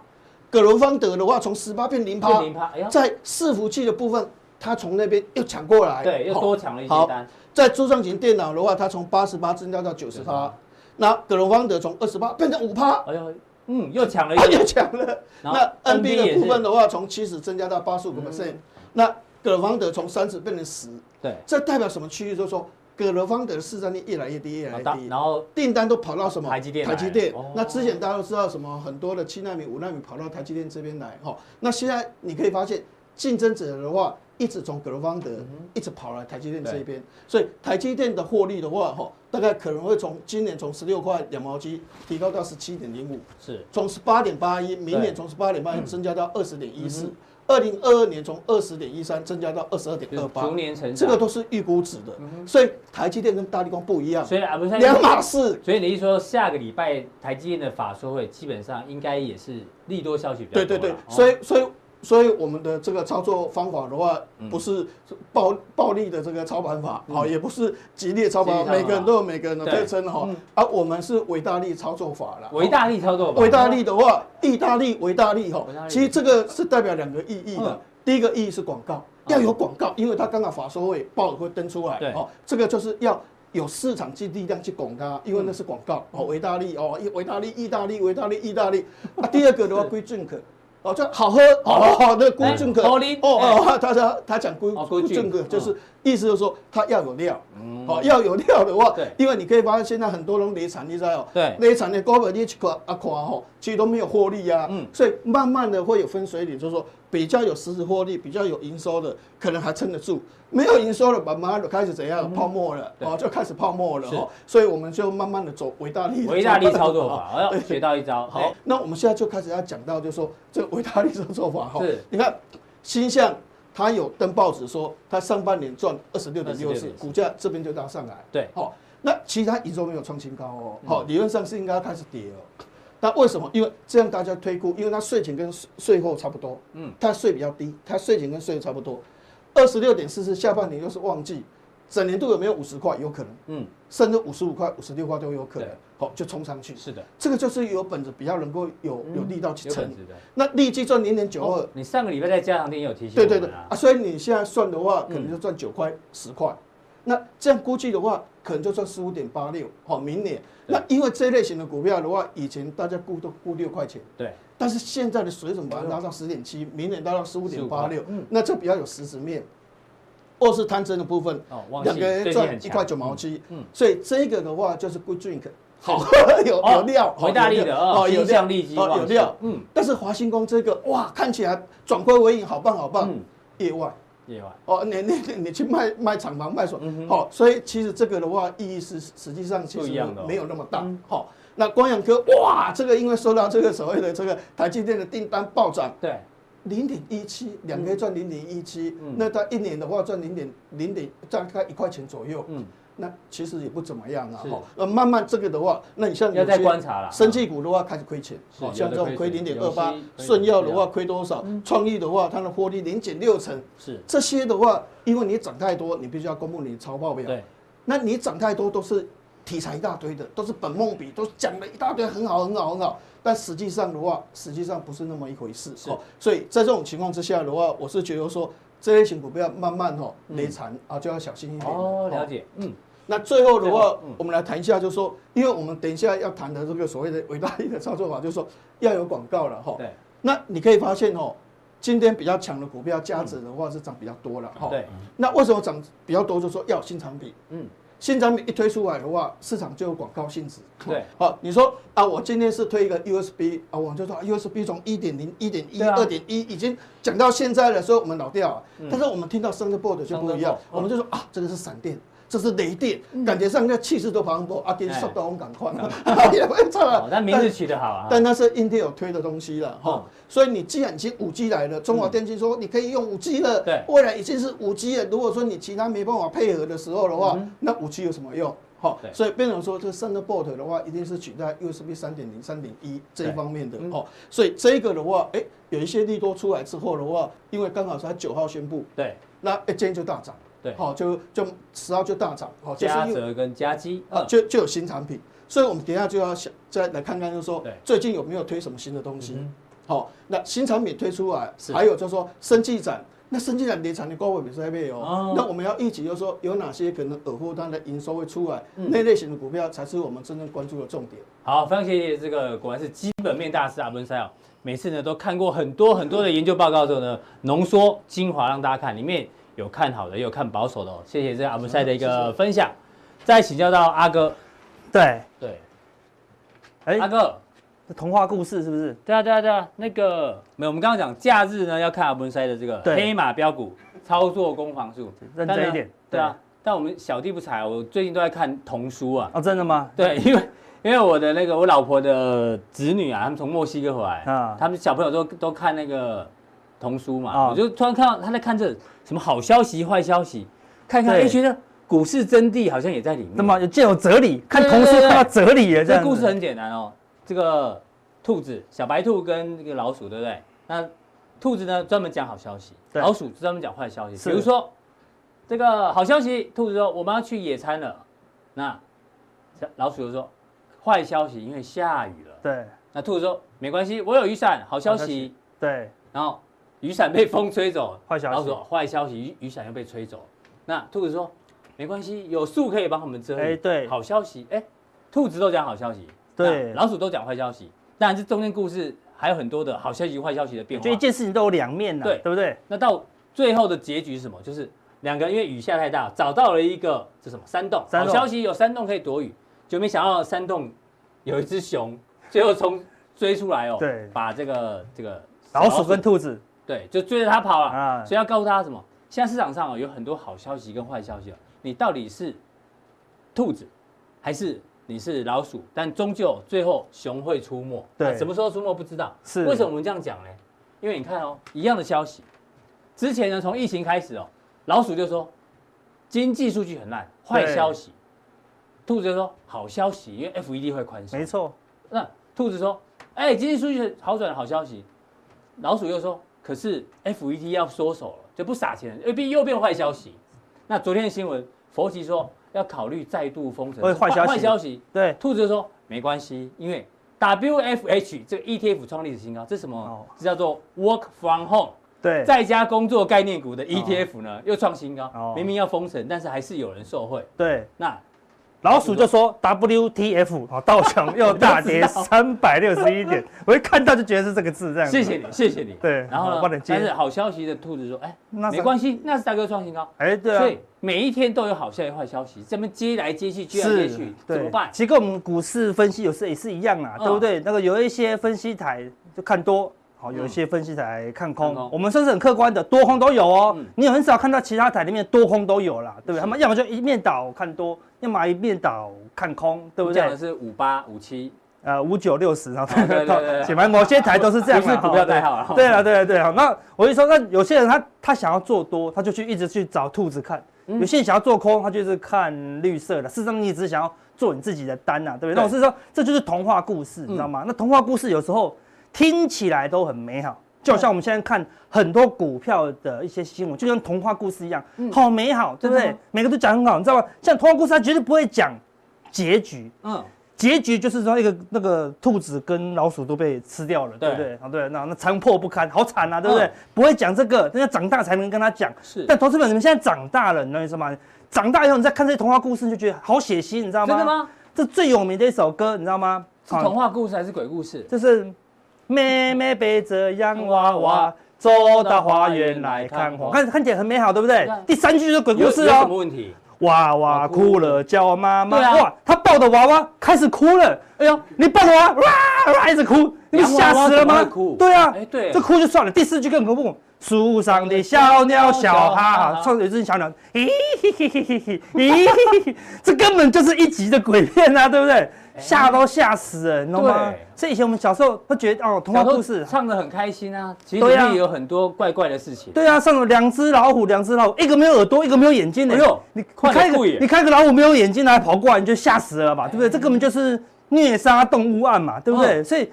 葛伦方德的话从十八变零趴，
变0%哎呀
在伺服器的部分。它从那边又抢过来，
对，又
好
多抢了一
好
些单，
在桌上型电脑的话，它从八十八增加到九十趴，那葛隆方德从二十八变成五趴，
哎呦，嗯，又抢了一
它又
些，
强了。
然后
那
NB
NB
也
的
是嗯
部分的话，从七十增加到八十五 percent，那葛隆方德从三十变成十，
对，
这代表什么区域？就是说葛隆方德的市占率越来越低，越来
然后
越
大
低。
然后
订单都跑到什么？
台积电来
台积电
哦。
那之前大家都知道什么？很多的七纳米、五纳米跑到台积电这边来哈。那现在你可以发现，竞争者的话一直从格罗方德
嗯
一直跑来台积电这边，所以台积电的获利的话哈，大概可能会从今年从十六块两毛七提高到十七点零五，
是
从十八点八一，明
对嗯
年从十八点八一增加到二十点一四。二零二二年从二十点一三增加到二十二点
就是
二八，
逐年成长
这个都是预估值的，所以台积电跟大力光不一样，
所以啊，不是
两码事。
所以你一说下个礼拜台积电的法说会，基本上应该也是利多消息比较多
对
啦。
对对
哦，
所以所以所以我们的这个操作方法的话，
嗯
不是暴暴力的这个操盘法，好，也不是激烈操
激
盘法，
烈操盘法
每个人都有每个人的
对
特征哈，而我们是伟大力操作法了。
维大利操作吧，
维大利的话，意大利维大利哈
维大，利
其实这个是代表两个意义
嗯
的。第一个意义是广告，要有广告，因为它刚刚法说会报会登出来
对，
哦，这个就是要有市场去力量去拱它，因为那是广告
嗯
哦。维大利哦，意维大利、意大利、维大利、意大利。 啊，第二个的话，归正可。哦，就好喝哦，好的归正可
哎哎好
哦
哩
哦，他他他他讲归
哦归
归正可，
正
就是意思就是说它要有料，哦要有料的话
嗯对，
因为你可以发现现在很多人离产，你知道哦，
对
那一场的股票你去看啊看吼，其实都没有获利啊，
嗯
所以慢慢的会有分水岭，就是说比较有实质获利、比较有营收的，可能还撑得住；没有营收的，慢慢就开始怎样泡沫了，
嗯对
哦，就开始泡沫了
是
哦，所以我们就慢慢的走维大利，
维大利操作法，
对
哦，学到一招。
好
哎，
那我们现在就开始要讲到，就是说这个维他利这个做法哈
是，
你看星象它有登报纸说它上半年赚二十六点六四
26.64，
股价这边就拉上来，
对
好、那其实它一周没有创新高哦，
嗯
好、理论上是应该要开始跌哦。那为什么？因为这样大家推估，因为它税前跟税税后差不多，
嗯
嗯，它税比较低，它税前跟税后差不多，二十六点四四下半年又是旺季，整年度有没有五十块？有可能，
嗯，
甚至五十五块、五十六块都有可能
对，
好、就冲上去。
是的，
这个就是有本子比较能够有有力道去
有
撑
本。事的。哦
那利基赚零点九二，
你上个礼拜在加强店也有提醒
对对
我
对
们啊嗯
啊，，所以你现在算的话，可能就赚九块十块。那这样估计的话，可能就赚十五点八六，好，明年。
对
那因为这类型的股票的话，以前大家估都估六块钱，
对，
但是现在的水准把它拉到十点
嗯
七，明年拉到十五点八
15.86
六，那这比较有实质面。或是贪嗔的部分
哦忘，记
两个人
最近很
赚一
强
块九毛七
嗯嗯，
所以这个的话就是 good drink，好 有
哦
有料，
维大利的哦
有
形象
料
利基
哦
旺
有料，
嗯
嗯。但是华星光这个哇，看起来转亏为盈，好棒好棒
嗯，
意外。
夜晚
哦，你你你你去卖卖厂房卖所，好、所以其实这个的话意义是实际上其
嗯不
实
一样的哦
没有那么大，好、那光阳科哇，这个因为受到这个所谓的这个台积电的订单暴涨，
对，
零点一七，两个月赚零点一七
嗯，
那它一年的话赚零点零点大概一块钱左右，
嗯，
那其实也不怎么样啊
是，
哈，呃，慢慢这个的话，那你像
要再
有些
观察啦
生技股的话开始亏钱，
是
哦，像这
有的
种
亏
亏
钱
零点
有
二
些
八
亏，得
顺药
比
的
较
话亏多少？
嗯
创意的话，它的获利零点六成，
是，
这些的话，因为你涨太多，你必须要公布你的财报表。
对，
那你涨太多都是题材一大堆的，都是本梦比，都讲了一大堆很好很好很好，但实际上的话，实际上不是那么一回事。
是
哦，所以在这种情况之下的话，我是觉得说这类型股票慢慢哦累残、啊就要小心一点。
哦，了。解，嗯，
那最后的
最后嗯
话，我们来谈一下，就是说，因为我们等一下要谈的这个所谓的伟大力的操作法，就是说要有广告了哈。
对，
那你可以发现哦，今天比较强的股票价值的话是涨比较多了哈。
对，
那为什么涨比较多？就说要有新产品，
嗯，
新产品一推出来的话，市场就有广告性质。
对，
好，你说啊，我今天是推一个 USB 啊，我们就说啊 USB 从一点零、一点一、
对啊嗯
二点一已经讲到现在了，所以我们老掉了。但是我们听到 Thunderbolt 就不一
Thunderbolt，
样
哦，
我们就说啊，这个是闪电。这是雷电，
嗯
感觉上那气势都磅礴啊！电
哎
速度很赶快， 哎也会差了
哦，。但名字取得好啊，
但那是 Intel 推的东西了
嗯，
哈所以你既然已经五 G 来了，中华电信说你可以用五 G 了，
对
未来已经是五 G 了。如果说你其他没办法配合的时候的话，那五 G 有什么用？好
嗯对，
所以变成说这 Thunderbolt 的话，一定是取代 USB 三点零、三点一这一
对
方面的哦。所以这个的话，哎，有一些利多出来之后的话，因为刚好是它九号宣布，
对，
那哎今天就大涨，
对
好就就十号就大涨，好，哦就是
嘉
因为
泽跟嘉基，
啊，
嗯
就就有新产品，所以我们等一下就要想再来看看，就是说
对嗯
最近有没有推什么新的东西。好、那新产品推出来
是，
还有就是说生技展，那生技展联产的高位比赛没有？
哦
那我们要一起就是说有哪些可能耳后它的营收会出来，
嗯
那类型的股票才是我们真正关注的重点。
好，非常谢谢这个果然是基本面大师阿文塞哦。每次呢都看过很多很多的研究报告之后呢，浓缩精华让大家看，里面有看好的，也有看保守的哦。谢谢这个阿文塞的一个分享。再请教到阿哥，
对，
对，
哎、
阿哥，
这童话故事是不是？
对啊对啊对啊，那个没有，我们刚刚讲假日呢要看阿文塞的这个
对
黑马标股操作攻防术，
认真
但呢
一点
对啊，但我们小弟不才，我最近都在看童书啊，
哦，真的吗？
对，因为因为我的那个我老婆的子女啊，他们从墨西哥回来，
啊
他们小朋友都都看那个《童书嘛，
啊
我就突然看到他在看这什么好消息、坏消息，看一看，
对
哎，觉得股市真谛好像也在里面。
那么有见有哲理，看
对
同
对
事
对
看到哲理哎了，这
这
样
故
子
事很简单哦，这个兔子、小白兔跟这个老鼠，对不对？那兔子呢专门讲好消息，
对
老鼠专门讲坏消息。
是
比如说这个好消息，兔子说我们要去野餐了，那小老鼠就说坏消息，因为下雨了。
对
那兔子说没关系，我有雨伞，好消
好消
息
息。对
然后雨伞被风吹走，
坏消息
老鼠说坏消息，雨雨伞又被吹走。那兔子说没关系，有树可以帮我们遮雨。
哎对
好消息，哎，兔子都讲好消息，
对
那老鼠都讲坏消息。当然，这中间故事还有很多的好消息、坏消息的变化
就一。件事情都有两面呐，啊
对
对不对？
那到最后的结局是什么？就是两个人因为雨下太大，找到了一个这什么山洞。
山
好
洞
消息有山洞可以躲雨，就没想到山洞有一只熊，最后从追出来哦，
对
把这个这个
老鼠跟兔子，
对，就追着他跑了。
啊
所以要告诉大家什么？现在市场上、哦、有很多好消息跟坏消息、哦，你到底是兔子，还是你是老鼠？但终究最后熊会出没。
对
那什么时候出没不知道。
是
为什么我们这样讲呢？因为你看哦，一样的消息，之前呢从疫情开始哦，老鼠就说经济数据很烂，坏
对
消息；兔子就说好消息，因为 FED 会宽松
没。错，
那兔子说：“哎、经济数据好转，好消息。”老鼠又说：“可是 FED 要缩手了，就不撒钱了，又变又变坏消息。”那昨天的新闻，佛奇说要考虑再度封城，
会坏消息
坏消息。
对，
兔子就说没关系，因为 WFH 这个 ETF 创历史新高，这是什么？
哦
这叫做 Work from Home。
对，
在家工作概念股的 ETF 呢，又创新高，
哦
明明要封城，但是还是有人受惠。
对，
那
老鼠就说 WTF，哦，道琼又大
我
跌
就知道
三百六十 一点，我一看到就觉得是这个字，这样子
谢谢你，谢谢你。
对
然后
好
呢
帮你？接
但是好消息的兔子说，哎，
纳斯
没关系，纳斯达克创新高，
哎，对啊，
所以每一天都有好消息、坏消息，这边接来接去，接来接去，
对
怎么办？
其实跟我们股市分析有时也是一样啦，
嗯
对不对？那个有一些分析台就看多，好，有一些分析台看
嗯
空，
看空
我们算是很客观的，多空都有哦。
嗯
你很少看到其他台里面多空都有啦，对不
是
对？他们要么就一面倒看多，要么一面倒看空，对不
我们讲的
对？
是五八五七，
呃，五九六十，然 后
对对对对
显然某些台都是这样啦，
不是股票代号啊
哈
啦
对了，对了，对了。那我就说，那有些人他他想要做多，他就去一直去找兔子看；
嗯
有些人想要做空，他就是看绿色的。事实上，你只想要做你自己的单呐、啊对不对？
对嗯
那我是说，这就是童话故事，你知道吗？那童话故事有时候听起来都很美好。就好像我们现在看很多股票的一些新闻，就跟童话故事一样，好美好，对不
嗯真的
对
吗？
每个都讲很好，你知道吗？像童话故事，它绝对不会讲结局，
嗯，
结局就是说一个那个兔子跟老鼠都被吃掉了，
对
对不对？啊，对，那那残破不堪，好惨啊，对不对？
嗯
不会讲这个，人家长大才能跟他讲。
是
但投资者你们现在长大了，你懂我意思吗？长大以后你再看这些童话故事，你就觉得好血腥，你知道吗？
真的？吗？
这最有名的一首歌，你知道吗？啊
是童话故事还是鬼故事？
就是妹妹背着洋娃娃走到花园来看花，看看起来很美好，对不对
对啊？
第三句就是鬼故
有
事
有什
哦
么。问题？
娃娃哭了，叫妈妈。
对啊
哇，他抱的娃娃开始哭了。哎呦，你抱着娃娃哇哇一直哭，你被吓
洋娃娃
死了吗
怎么会哭？
对啊，
哎对
这哭就算了。第四句更恐怖，树上的小鸟小哈哈，上有一只小鸟，咦嘿嘿嘿嘿嘿，咦嘿嘿嘿，这根本就是一集的鬼片啊，对不对？吓都吓死了，你懂吗
哎对？
所以以前我们小时候会觉得哦，童话故
小时
事
候。唱的很开心啊，其实里
对啊
面有很多怪怪的事情。
对啊，上了两只老虎，两只老虎，一个没有耳朵，一个没有眼睛的。
哎呦
你
快
你
点哎
开一个
不也
你开个老虎没有眼睛来跑过来，你就吓死了吧，对不对？这根本就是虐杀动物案嘛，对不
哦
对？所以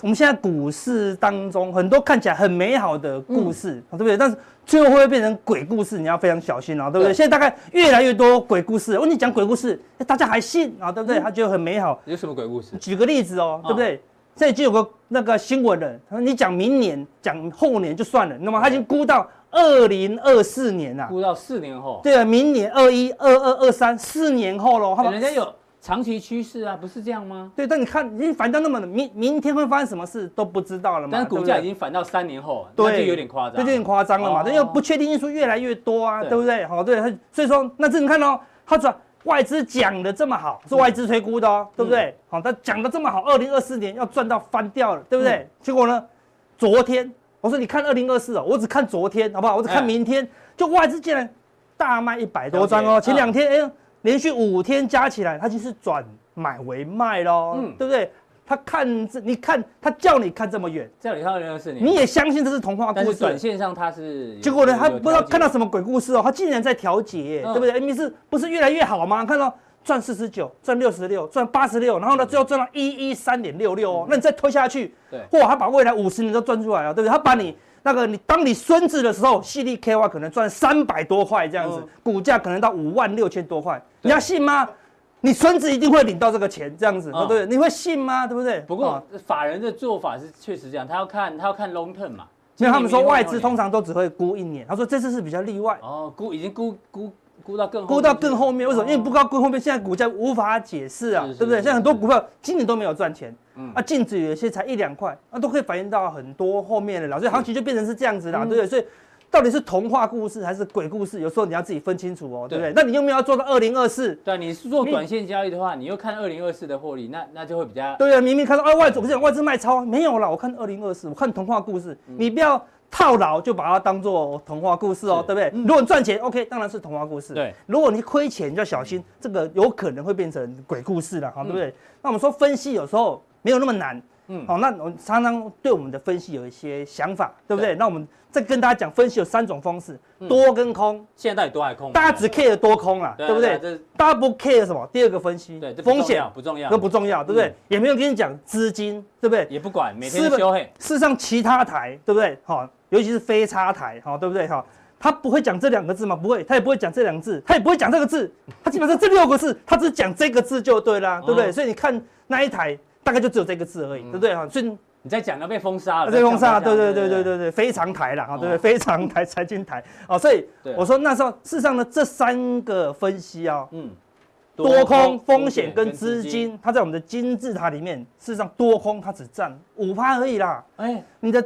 我们现在股市当中很多看起来很美好的故事，
嗯
对不对？但是最后会不会变成鬼故事？你要非常小心啊，对不对？
对
现在大概越来越多鬼故事，我哦跟你讲鬼故事，哎大家还信啊，对不
嗯
对？他觉得很美好，
有什么鬼故事？
举个例子哦，
嗯
对不对？这已经有个那个新闻了，他说你讲明年、讲后年就算了，那么他已经估到二零二四年啦、
估到四年后，
对啊，明年二一、二二、二三，四年后喽，他
哎
把
人家有长期趋势啊，不是这样吗？
对，但你看，你反正那么明明天会发生什么事都不知道了嘛，
但是股
对不
价
嗯对
已经反到三年后，那
对，
就有点夸张，
这就有点夸张了
哦
嘛，因为不确定因素越来越多啊，
对
对不对？好，对，它所以说那这你看哦，它转外资讲的这么好，是外资推估的哦，对不
嗯
对？好，它讲的这么好，二零二四年要赚到翻掉了，对不
嗯
对？结果呢，昨天我说你看二零二四哦，我只看昨天好不好？我只看
哎
明天，就外资竟然大卖一百多张
了
哦，
解
前两天哎呦，连续五天加起来，它就是转买为卖喽，
嗯
对不对？他看这，你看他叫你看这么远，
这样你看到人是你，
你也相信这是童话
但
故
是
事
短。线上它是有
结果呢，他不知道看到
有
什么鬼故事哦，他竟然在调节，
嗯
对不对？你是不是越来越好吗？看到赚四十九，赚六十六，赚八十六，然后呢，最后赚到一一三点六六哦，那你再推下去，
调节
哇，他把未来五十年都赚出来了，对不对？他把你那个你当你孙子的时候，犀利 KY 可能赚三百多块这样子
嗯，
股价可能到五万六千多块，你要信吗？你孙子一定会领到这个钱这样子，
嗯
对不对？你会信吗？对不对？
不
啊
过法人的做法是确实这样，他要看他要看 long term 嘛。
没有，他们说外资
今年
通常都只会估一年，他说这次是比较例外。
哦估已经估估估到更后面
估到更后面，为什么？因为
哦
不高估后面，现在股价无法解释啊
是，是
对不对？
是
像很多
是
股票今年都没有赚钱
嗯，
啊，净值有些才一两块，啊，都可以反映到很多后面的啦，所以行情就变成是这样子啦，
嗯
对不对？所以到底是童话故事还是鬼故事，有时候你要自己分清楚哦，对不
对
对？那你又没有要做到二零二四。
对啊，你是做短线交易的话，你又看二零二四的获利，那那就会比较
对啊，明明看到哎外资，我跟你讲外资卖超没有啦，我看二零二四，我看童话故事，
嗯
你不要套牢就把它当做童话故事哦，
是嗯
对不对？如果你赚钱，OK，当然是童话故事。
对，嗯
如果你亏钱，就要小心，这个有可能会变成鬼故事了，哈，对不对？那我们说分析有时候没有那么难。
嗯
嗯，好、那我们常常对我们的分析有一些想法，对不对？那我们再跟大家讲，分析有三种方式，多跟空，
现在到底多还空？
大家只 care 多空啦，
嗯对啊
对不对？
对啊
大家不 care 什么？第二个分析，
对这不
风
重
险
要不重要
都不重要，对不对？
嗯
也没有跟你讲资金，对不对？
也不管，每天
是吧
休嘿，
事实上，其他台对不对？好、尤其是非差台，好、对不对？好、他不会讲这两个字吗？不会，他也不会讲这两个字，他也不会讲这个字，他基本上这六个字，他只讲这个字就对啦，对不对？
嗯
所以你看那一台大概就只有这个字而已，对不对？哈、所以
你再讲要被封杀了，
这风
再
上，
讲
对对对对
对
对对，非常台了哈，对不
哦
对？非常台财经台哦，所以
对啊
我说那时候事实上呢，这三个分析啊，
嗯，
多空风险跟资金，，它在我们的金字塔里面，事实上多空它只占五趴而已啦。
哎，
你的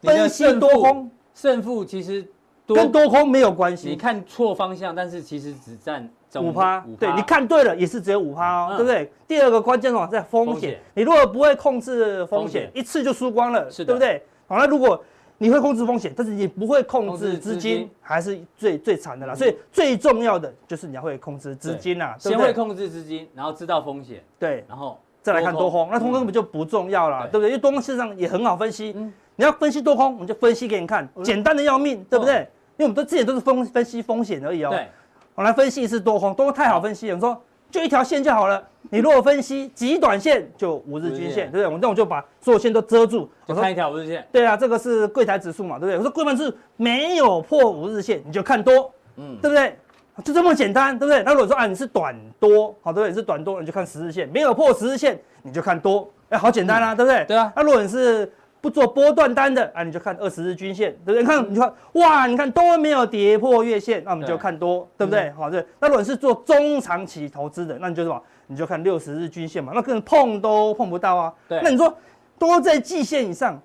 你的
分析
胜负
多空
胜负其实多
跟多空没有关
你
系，
看错方向，但是其实只占总
五趴
5%，
对，你看对了也是只有五趴哦
嗯，
对不对？第二个关键哦在风
风险
险，你如果不会控制
风
风
险
险，一次就输光了，
是的
对不对？好，那如果你会控制风险，但是你不会控
控制
制
资
资
金
金，还是最最惨的啦。所以最重要的就是你要会控制资金啦，对
先
不
会
对？
控制资金，然后知道风险，
对，
然后
再来看多空，那多空根
嗯
本就不重要啦，
对
对不对？因为多空事实上也很好分析
嗯，
你要分析多空，我们就分析给你看，简单的要命，对不对？因为我们都之前都是分分析风险而已哦。
对，
我来分析一次多空，多空太好分析了。我们说就一条线就 好了，你如果分析极短线，就五日均
五日
线，
线
对不对？我们这种就把所有线都遮住。
就
我
看一
说
条五日线，
对啊，这个是柜台指数嘛，对不对？我说柜台指数没有破五日线，你就看多，
嗯，
对不对？就这么简单，对不对？那如果说啊，你是短多，好，对不对？你是短多，你就看十日线，没有破十日线，你就看多，哎，好简单啊，对不对？
对啊
那如果你是不做波段单的啊，你就看二十日均线，对不对？你看，你就看，哇，你看都没有跌破月线，那我
嗯
们
对啊嗯
就看多，对不对？好，对。那如果你是做中长期投资的，那你就什么？你就看六十日均线嘛，那可能碰都碰不到啊。
对
那你说多在季线以上，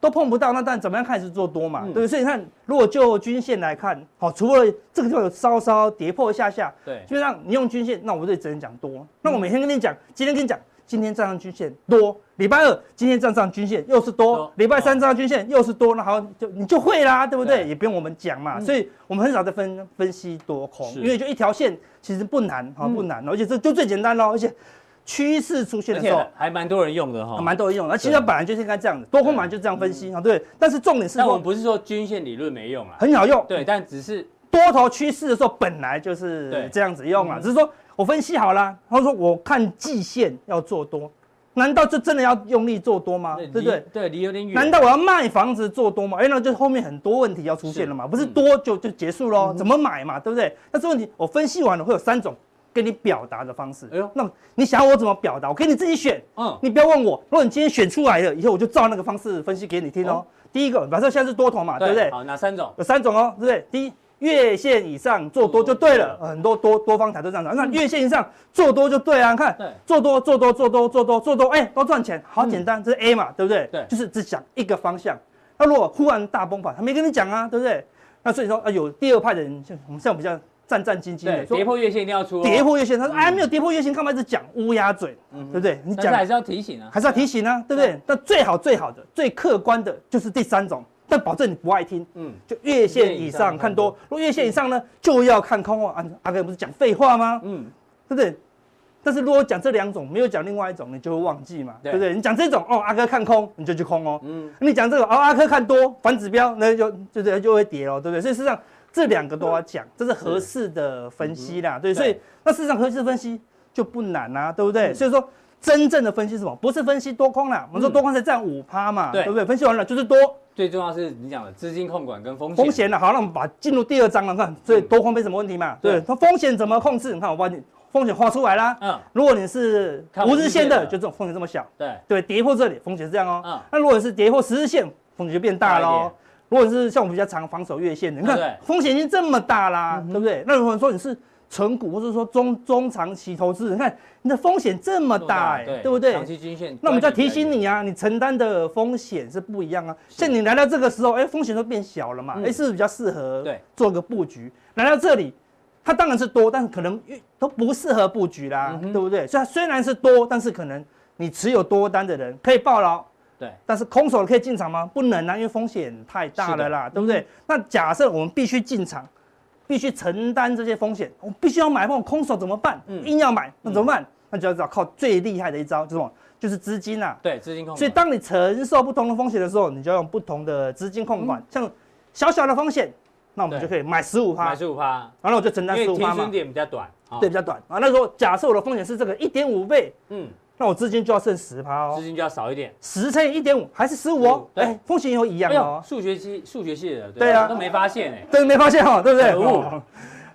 都碰不到，那但怎么样看也是做多嘛，
嗯
对不对？所以你看，如果就均线来看，好，除了这个地方有稍稍跌破一下下，
对嗯
就让你用均线，那我就只能讲多。那我每天跟你讲，今天跟你讲，今天站上均线多，礼拜二今天站上均线又是
多
多，礼拜三
哦
站上均线又是多，那好，就你就会啦，对不对？
对嗯
也不用我们讲嘛，所以我们很少在分分析多空，
是嗯
因为就一条线其实不难，好不难，而且这就最简单喽，而且趋势出现
而
的
且
时候。
还蛮多人用的哈，
啊蛮多人用的，那其实
哦对
它本来就是应该这样子，多空本来就这样分析啊，对。但是重点是
但我
说
们不是说均线理论没用啊，
很好用，
对，但只是
多头趋势的时候本来就
对嗯
是这样子用啊，只是说我分析好啦，他说我看季线要做多，难道就真的要用力做多吗？对不
离
对？
对，离有点远。
难道我要卖房子做多吗？哎，那就后面很多问题要出现了嘛，不是多就就结束
嗯
喽？怎么买嘛，对不对？但是问题我分析完了会有三种跟你表达的方式。
哎
哎
呦
呦，那么你想要我怎么表达？我给你自己选。
嗯
嗯，你不要问我。如果你今天选出来了，以后我就照那个方式分析给你听
哦
哦。第一个，反正现在是多头嘛，对不对？
好，哪三种？
有三种哦，对不对？第一，月线以上做多嗯就对了，很多多多方台都这样讲。那月线以上做多就对啊，看
对
做多做多做多做多做多，哎，都赚钱，好简单，这是 A 嘛，对不对？
对
就是只讲一个方向。那如果忽然大崩盘，他没跟你讲啊，对不对？那所以说啊，有第二派的人，像我们像比较战战兢兢
对，
的，说
跌破月线一定要出哦。
跌破月线，他嗯说哎没有跌破月线，干嘛一直讲乌鸦嘴，对不对？你
但是还是要提醒啊，
还是要提醒啊，对不对？但最好最好的、最客观的就是第三种，但保证你不爱听。
嗯
嗯，就月线以
月线以上
上
看
看
多
多，如果月线以上呢，就要看空哦。啊，阿哥不是讲废话吗？
嗯
对不对？但是如果讲这两种，没有讲另外一种，你就会忘记嘛，
对嗯
对不对？你讲这种哦，阿哥看空，你就去空哦。你讲这个哦，阿哥看多，反指标，那就就对，就会跌哦，对不对？所以事实上这两个都要讲，
嗯
这是合适的分析啦，对。所以那事实上合适的分析就不难啊，对不
嗯
对？所以说真正的分析是什么？不是分析多空啦，我们说多空才占五趴嘛，
对
对不对？分析完了就是多
最重要是你讲的资金控管跟风险。嗯
风险了。好，那我们把进入第二章了，看，所以多空没什么问题嘛，
对
对。那风险怎么控制？你看我把你风险画出来啦，
嗯，
如果你是
看
五
五日
日
线
线
的
的，就这种风险这么小，
对，
对，跌破这里风险是这样
嗯
哦。那如果是跌破十日线，风险就变大
大一点嗯
喽。如果是像我们比较常防守月线的，你
对嗯
看风险已经这么大啦，对不对？那如果说你是纯股或者说中中长期投资，你看你的风险这么大，哎，对不对？
长期均线，
那我们就要提醒
你。
你啊，你承担的风险是不一样啊。像你来到这个时候，哎，风险都变小了嘛，哎，是不是比较适合
嗯对
做个布局？来到这里，它当然是多，但是可能都不适合布局啦，
嗯
对不对？所以它虽然是多，但是可能你持有多单的人可以抱牢，
对，
但是空手可以进场吗？不能啊，因为风险太大了啦，对
嗯
不对？那假设我们必须进场，必须承担这些风险，我必须要买，不然我空手怎么办？
嗯
硬要买，那怎么办？那就要找靠最厉害的一招，就是什么？就是资金啊。
对，资金控管。
所以当你承受不同的风险的时候，你就要用不同的资金控管。像小小的风险，那我
嗯
们
对
就可以买十五趴
买，十五趴，
然后我就承
因
担
为
十五
停
趴
损
嘛，
点比较短。啊
对，比，较短啊。那如果假设我的风险是这个一点五倍，
嗯，
那我资金就要剩十趴
资
哦，
金就要少一点。
十乘以一点五还是十五哦
15，对
哎，风险也有一样
哎呦
哦，。
数学系数学系的，
对啊
都没发现哎。
对，没发现哈，对不对？
可恶
哦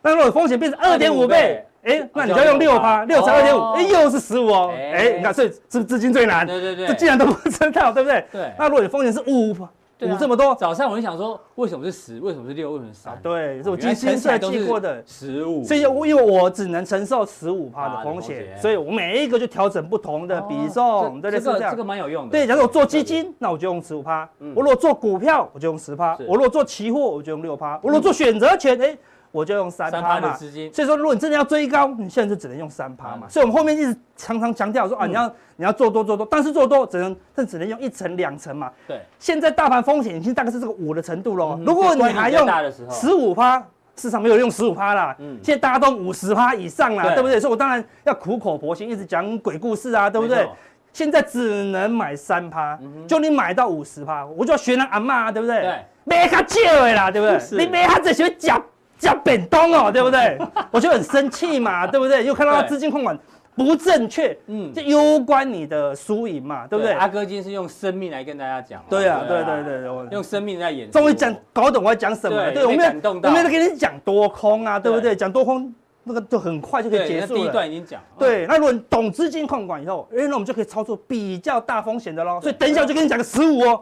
那如果风险变成二点
2.5
五
倍
倍，哎，那你就要用六趴，
哦
六乘二点五，哎，又是十五哦，
哎
哎，你看，所以资资金最难，
对对对
这竟然都不知道，对不对？
对
那如果你风险是五
对啊
五这么多，
早上我就想说，为什么是十？为什么是六？为什么是三？
啊对，是我
哦，原
精
来
心
乘起来
设
都
计
是
过的。
十五。
所以，我因为我只能承受十五趴
啊
的风
风险
险，所以我每一个就调整不同的比
哦
重，对对
这
是这
个这
样
个。蛮有用的。
对，假如我做基
对，
金，那我就用十五趴；
嗯
我如果做股票，我就用十趴；
是嗯
我如果做期货，我就用六趴；我如果做选择权，哎，我就用三
三
趴
趴
嘛
的。资金。
所以说，如果你真的要追高，你现在就只能用三趴嘛。所以我们后面一直常常强调说
嗯
啊，你要你要做多做多，但是做多只能但只能用一层两层嘛。
对，
现在大盘风险已经大概是这个五的程度喽
嗯。
如果你还
就关于比较
用
大的时候
十五趴，市场没有用十五趴啦，
嗯
现在大家都五十趴以上啦，
对
对不对？所以我当然要苦口婆心，一直讲鬼故事啊，对不
没
对
错？
现在只能买三趴，就你买到五十趴，我就要学人阿妈、啊，对不对？
嗯对，
买较少的啦，对不
是
对？你买较这学假假本 东哦，对不对？我就很生气嘛，对不对？又看到他
对
资金控管不正确，
嗯啊
嗯，这攸关你的输赢嘛，对不对？
阿哥今天是用生命来跟大家讲哦。
对啊，对对对对，我
用生命在演。哦
终于讲搞懂我要讲什么了。
对
对，我
被
没
感
有
动
我
到
没有跟你讲多空啊，对不
对
对？讲多空那个就很快就可
对，
以结
那
束
第一
了。
段已经讲了。
对，那如果你懂资金控管以后，哎，那我们就可以操作比较大风险的喽。所以等一下我就跟你讲个十五哦，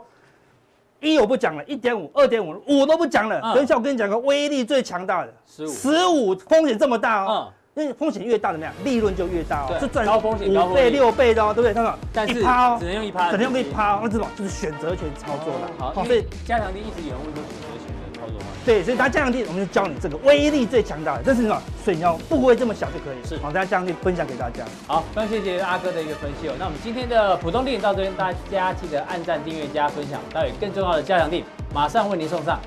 一我不讲了，一点五、二点五、五都不讲了
嗯。
等一下我跟你讲个威力最强大的
15
十五风险这么大哦
嗯，
因为风险越大怎么样，利润就越大哦
对，
是赚
高风险高
五
获利
倍六倍的哦，对不对？看到没有
但是
一趴哦
只能用一趴的
只能用
资
一
金
趴哦，那这种就是选择权操作了。哦
好，因
所
为
以
加强力一直有人问说选择选择操作吗？
对，所以它降低，我们就教你这个威力最强大的，这是什么？所以你要部位这么小就可以。
是
好，大家这样去分享给大家。
好，非常谢谢阿哥的一个分析哦。那我们今天的普通电影到这边，大家记得按赞、订阅、加分享，还有更重要的加强力，马上为您送上。